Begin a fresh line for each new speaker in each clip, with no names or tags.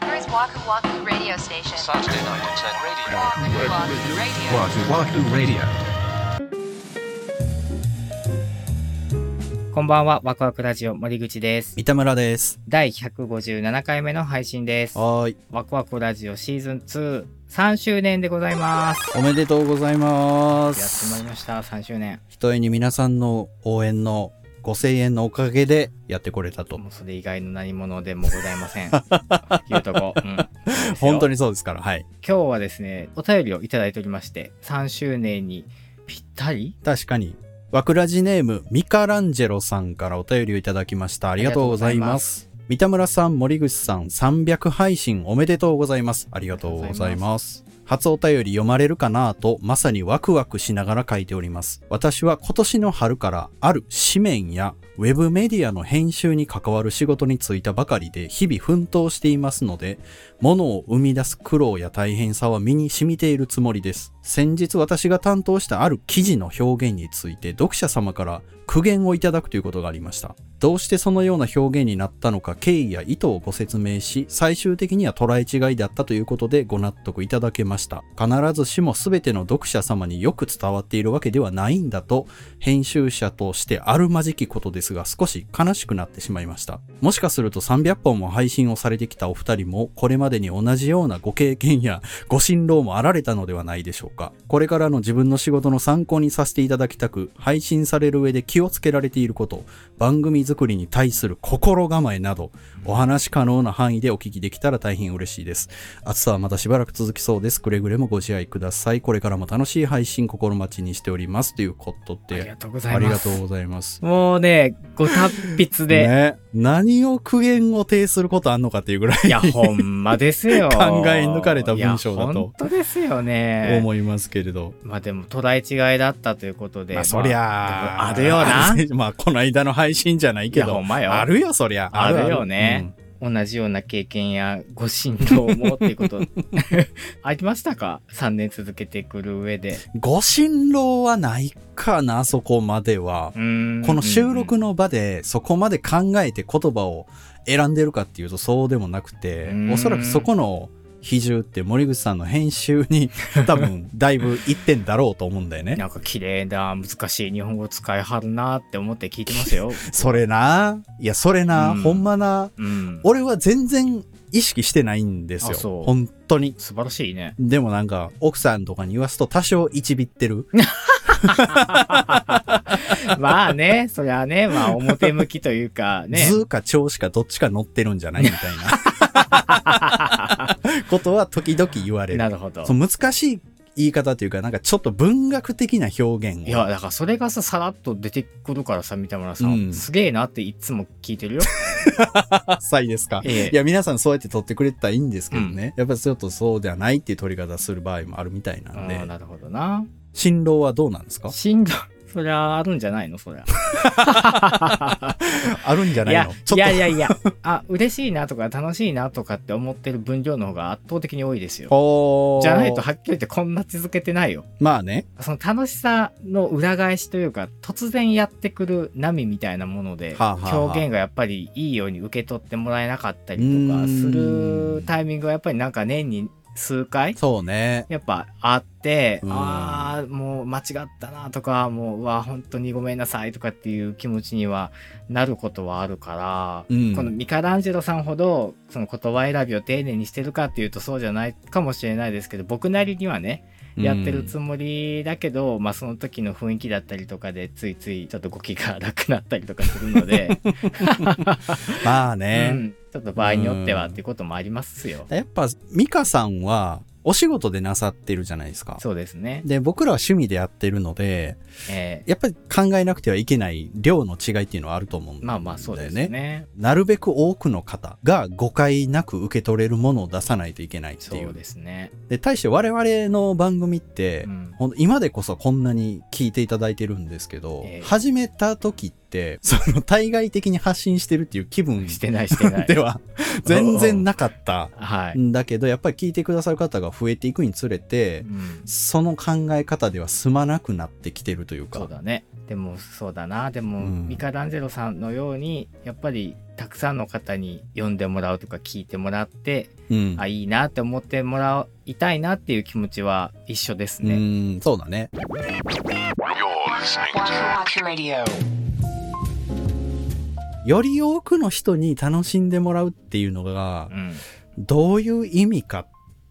Waku Waku Radio Station.
Saturday night at 10 radio.
Waku Waku Radio.
Wahoo Wahoo Radio.
こんばんは、ワクワクラジオ森口です。
三田村です。
第157回目の配信です。
はーい。
ワクワクラジオシーズン2、3周年でございます。
おめでとうございま
やってまい
す
り。ました、3周年。
ひとえに皆さんの応援のご声援のおかげでやってこれたと。
もうそれ以外の何者でもございませ ん。いうとこ。うん、
本当
に。
にそうですから、はい。
今日はですね、お便りをいただいておりまして、3周年にぴったり
確かに。わくらじネーム、ミカランジェロさんからお便りをいただきました。ありがとうございます。三田村さん、森口さん、300配信おめでとうございます。ありがとうございます。初お便り読まれるかなと、まさにワクワクしながら書いております。私は今年の春から、ある紙面やウェブメディアの編集に関わる仕事に就いたばかりで、日々奮闘していますので、物を生み出す苦労や大変さは身に染みているつもりです。先日私が担当したある記事の表現について読者様から苦言をいただくということがありました。どうしてそのような表現になったのか経緯や意図をご説明し、最終的には捉え違いだったということでご納得いただけました。必ずしも全ての読者様によく伝わっているわけではないんだと、編集者としてあるまじきことですが少し悲しくなってしまいました。もしかすると300本も配信をされてきたお二人もこれまでに同じようなご経験やご辛労もあられたのではないでしょうか。これからの自分の仕事の参考にさせていただきたく、配信される上で気をつけられていること、番組作りに対する心構えなど、お話可能な範囲でお聞きできたら大変嬉しいです。暑さはまたしばらく続きそうです。くれぐれもご自愛ください。これからも楽しい配信心待ちにしております。ということ
あ
で。
りがとうござ
あ
い
り
ま
が
す。
とうございます。
もうね、ご達筆で。
ね、何を苦言を呈することあんのかっていうぐらい
いや、ほんまですよ。
考え抜かれた文章だと
いや本当ですよね。
思いますけれど。
まあでも捉え違いだったということで。
まあそり
ま
ゃ
あるよな。
まあこの間の配信じゃないけ
いやほ
ど。
んまよ
あるよそりゃ。
あるよね。同じような経験やご辛労もっていうこと ありましたか ?3 年続けてくる上で。
うんご辛労はないかな、そこまでは。
うーん
この収録の場でそこまで考えて言葉を選んでるかっていうとそうでもなくて
うん
おそらくそこの比重って森口さんの編集 に多分だいぶいってんだろうと思うんだよね。
なんか綺麗だ、難しい日本語使いはるなって思って聞いてます よ。
それな。いや、それな。
うん
ほんまな。
うん。
俺は全然意識してないんです
あ
よ。
そう
本当に。
素晴らしいね。
でもなんか、奥さんとかに言わすと多少いちびってる。
まあね、そりゃね、まあ表向きというかね。
図か調子かどっちか乗ってるんじゃないみたい な。ことは時々言われ
な
る。
るほど
そ。う難しい言い方というか、なんかちょっと文学的な表現を。
いや、だからそれがさ、さらっと出てくるからさ、三田村さん。
うん
すげえなっていつも聞いてるよ。
浅 いですか。
ええ
いや、皆さんそうやって撮ってくれてたらいいんですけどね。やっぱりちょっとそうではないっていう撮り方する場合もあるみたいな
うんん
で。
なるほどな。
新郎はどうなんで すか
しんどい。そりゃあるんじゃないのそりゃ。
あるんじゃ
い
ない
や
のちょっと
いやいやいや、あ、嬉しいなとか楽しいなとかって思ってる分量の方が圧倒的に多いですよ。
おー
じゃないとはっきり言ってこんな続けてないよ。
まあね。
その楽しさの裏返しというか、突然やってくる波みたいなもので、
はあはあはあ
表現がやっぱりいいように受け取ってもらえなかったりと
う
か
ー
す
ん
るタイミングはやっぱりなんか年に数回
そうね。
やっぱあって、
うん
ああもう間違ったなとかもううわ本当にごめんなさいとかっていう気持ちにはなることはあるから、
うん
このミカランジェロさんほどその言葉選びを丁寧にしてるかっていうとそうじゃないかもしれないですけど僕なりにはねやってるつもりだけど、まあその時の雰囲気だったりとかでついついちょっと語気が荒くなったりとかするので、
まあ ね。
うんちょっと場合によってはっていうこともありますよ。
やっぱ、ミカさんは、お仕事でなさってるじゃないですか。
そうですね、
で、僕らは趣味でやってるので、
え
やっぱり考えなくてはいけない量の違いっていうのはあると思うんだ
ー
よ
ま
ね。
あまあそうですね
なるべく多くの方が誤解なく受け取れるものを出さないといけないってい。
そううですね。
で、対して我々の番組って、
うん
ほんと今でこそこんなに聞いていただいてるんですけど、
ええ
始めた時っって、その対外的に発信してるっていう気分
してないしてない
では全然なかった
はい、
んだけど、やっぱり聞いてくださる方が増えていくにつれ
う
て、
ん
その考え方では済まなくなってきてるというか。
そうだねでもそうだなでも、
うん
ミカ・ダンゼロさんのようにやっぱりたくさんの方に読んでもらうとか聞いてもらって、
うん
あいいなって思ってもらいたいなっていう気持ちは一緒です
う
ね、
ん、そうだね。
Waku Radio.
より多くの人に楽しんでもらうっていうのが
うん、
どういう意味か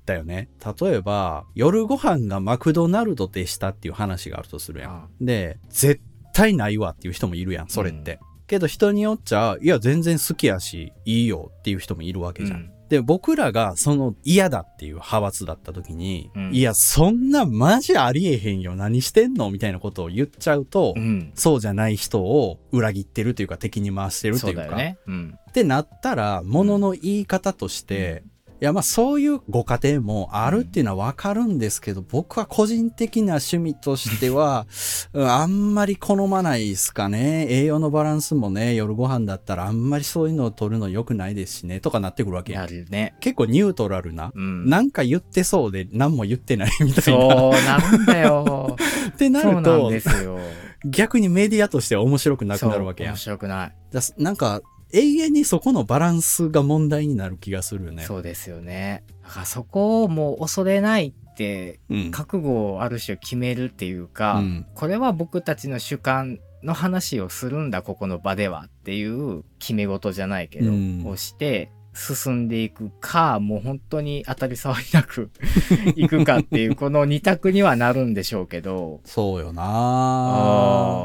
だよね。例えば、夜ご飯がマクドナルドでしたっていう話があるとするやん。で、絶対ないわっていう人もいるやん、それって。けど人によっちゃ、いや、全然好きやし、いいよっていう人もいるわけじゃん。
うん
で、僕らがその嫌だっていう派閥だった時に、
うん
いや、そんなマジありえへんよ、何してんのみたいなことを言っちゃうと、
うん、
そうじゃない人を裏切ってるというか敵に回してると
そ
いうう
だ
か
よね、うん、
ってなったらものの言い方として、いやまあそういうご家庭もあるっていうのはわかるんですけど、僕は個人的な趣味としては、 うんあんまり好まないですかね。栄養のバランスもね、夜ご飯だったらあんまりそういうのを取るの良くないですしね、とかなってくるわけやん
やるね、
結構ニュートラルな。
うん、
なんか言ってそうで何も言ってないみたいな。
そうなんだ よ
ってな
そう
る
なん
と
ですよ
逆にメディアとしては面白くなくなるわ
そ
け
う
やん
面。白くない、
だすなんか永遠にそこのバランスが問題になる気がするよね。
そうですよねだからそこをもう恐れないって
うん
覚悟をある種決めるっていうか、
うん
これは僕たちの主観の話をするんだここの場ではっていう決め事じゃないけど、
うん
をして進んでいくかもう本当に当たり障りなく いくかっていうこの二択にはなるんでしょうけど。
そうよ
あ
な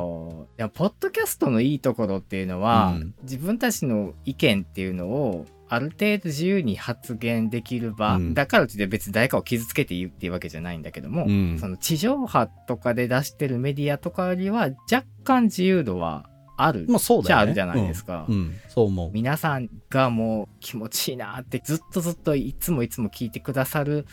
ーいやポッドキャストのいいところっていうのは、
うん
自分たちの意見っていうのをある程度自由に発言できる場、
うん
だからって別に誰かを傷つけて言うっていうわけじゃないんだけども、
うん
その地上波とかで出してるメディアとかよりは若干自由度はある、
まあそうだよね。
じゃああるじゃないですか
うん。うんそう思う。
皆さんがもう気持ちいいなってずっとずっといつもいつも聞いてくださる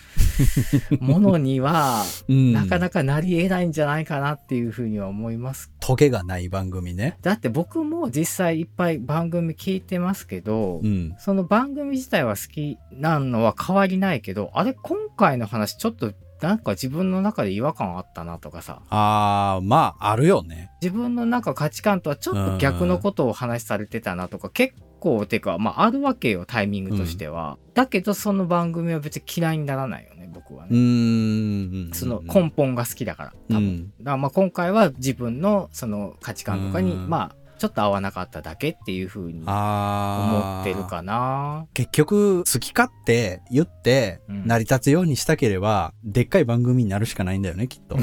ものには
うん
なかなかなり得ないんじゃないかなっていうふうには思います。
トゲがない番組ね。
だって僕も実際いっぱい番組聞いてますけど、
うん。
その番組自体は好きなのは変わりないけどあれ今回の話ちょっとなんか自分の中で違和感あったなとかさ
ああ、まああるよね。
自分の中価値観とはちょっと逆のことをお話しされてたなとか結構てかまああるわけよタイミングとしては、だけどその番組は別に嫌いにならないよね僕は
う
ね、
ーん。
その根本が好きだから多分、
うん
だからまあ今回は自分のその価値観とかに、
うん
まあちょっと合わなかっただけっていうふうに思
ああ。
ってる。かな
結局、好き勝手言って、
うん
成り立つようにしたければ、でっかい番組になるしかないんだよね、きっ と。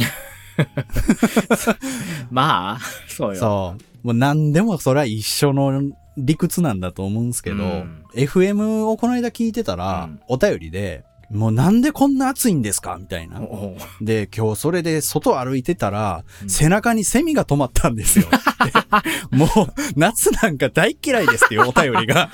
まあ そうよ
そう。もう何でもそれは一緒の理屈なんだと思うんですけど、
うん
FM をこの間聞いてたら、
うん
お便りで、もうなんでこんな暑いんですかみたいな。
おう
で、今日それで外歩いてたら、
うん
背中にセミが止まったんで すよ。ってもう夏なんか大嫌いですっていうお便りが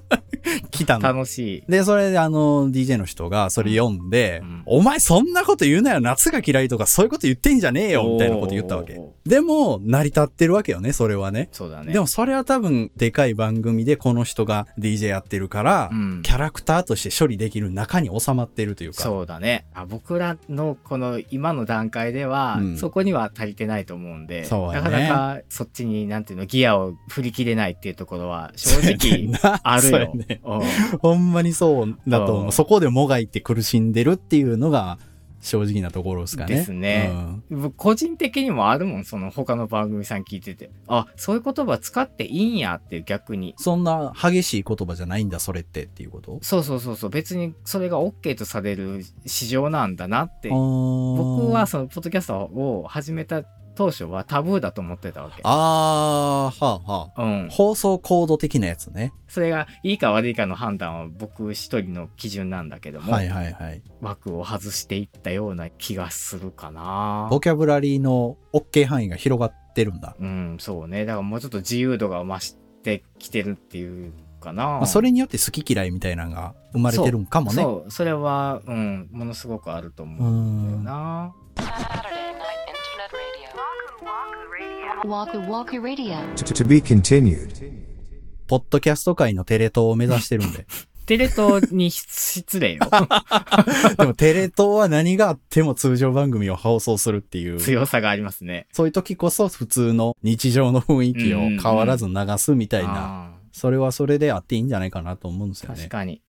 来たの。
楽しい。
で、それであの、DJ の人がそれ読んで、
うん
お前そんなこと言うなよ、夏が嫌いとかそういうこと言ってんじゃねえよ、みたいなこと言ったわけ
お。ー。
でも、成り立ってるわけよね、それはね。
そうだね。
でも、それは多分、でかい番組でこの人が DJ やってるから、
うん
キャラクターとして処理できる中に収まってるというか。
そうだねあ僕らのこの今の段階では、
うん
そこには足りてないと思うんで
そうだ
な
ね
かなかそっちになんていうのギアを振り切れないっていうところは正 直ある
そうや
よ。
ね
うん
ほんまにそうだと思
う
う。
ん
そこでもがいて苦しんでるっていうのが、正直なところですかね。
ですね
うん
僕個人的にもあるもんその他の番組さん聞いててあそういう言葉使っていいんやっていう逆に
そんな激しい言葉じゃないんだ、それってっていうこと
そうそうそうそう別にそれが OK とされる市場なんだなって僕
僕
は、そのポッドキャストを始めた当初はタブーだと思ってたわけ。
あー、はあはあ。
うん、
放送コード的なやつね。
それがいいか悪いかの判断は僕一人の基準なんだけども、
はいはいはい。
枠を外していったような気がするかな。
ボキャブラリーの OK 範囲が広がってるんだ。
うん、そうね。だからもうちょっと自由度が増してきてるっていうかな。
まあ、それによって好き嫌いみたいなのが生まれてるんかもね。
そう、それは、うん、ものすごくあると
う
思うんだよ
ん。
な。
Saturday Night Internet Radio. Waku Waku Radio.
To, to be continued.
ポッドキャスト界のテレ東を目指してるんで。
テレ東に失礼よ。
でもテレ東は何があっても通常番組を放送するっていう。
強さがありますね。
そういう時こそ普通の日常の雰囲気を変わらず流すみたいな。
あ
それはそれであっていいんじゃないかなと思うんです
ー
よね
確。かに。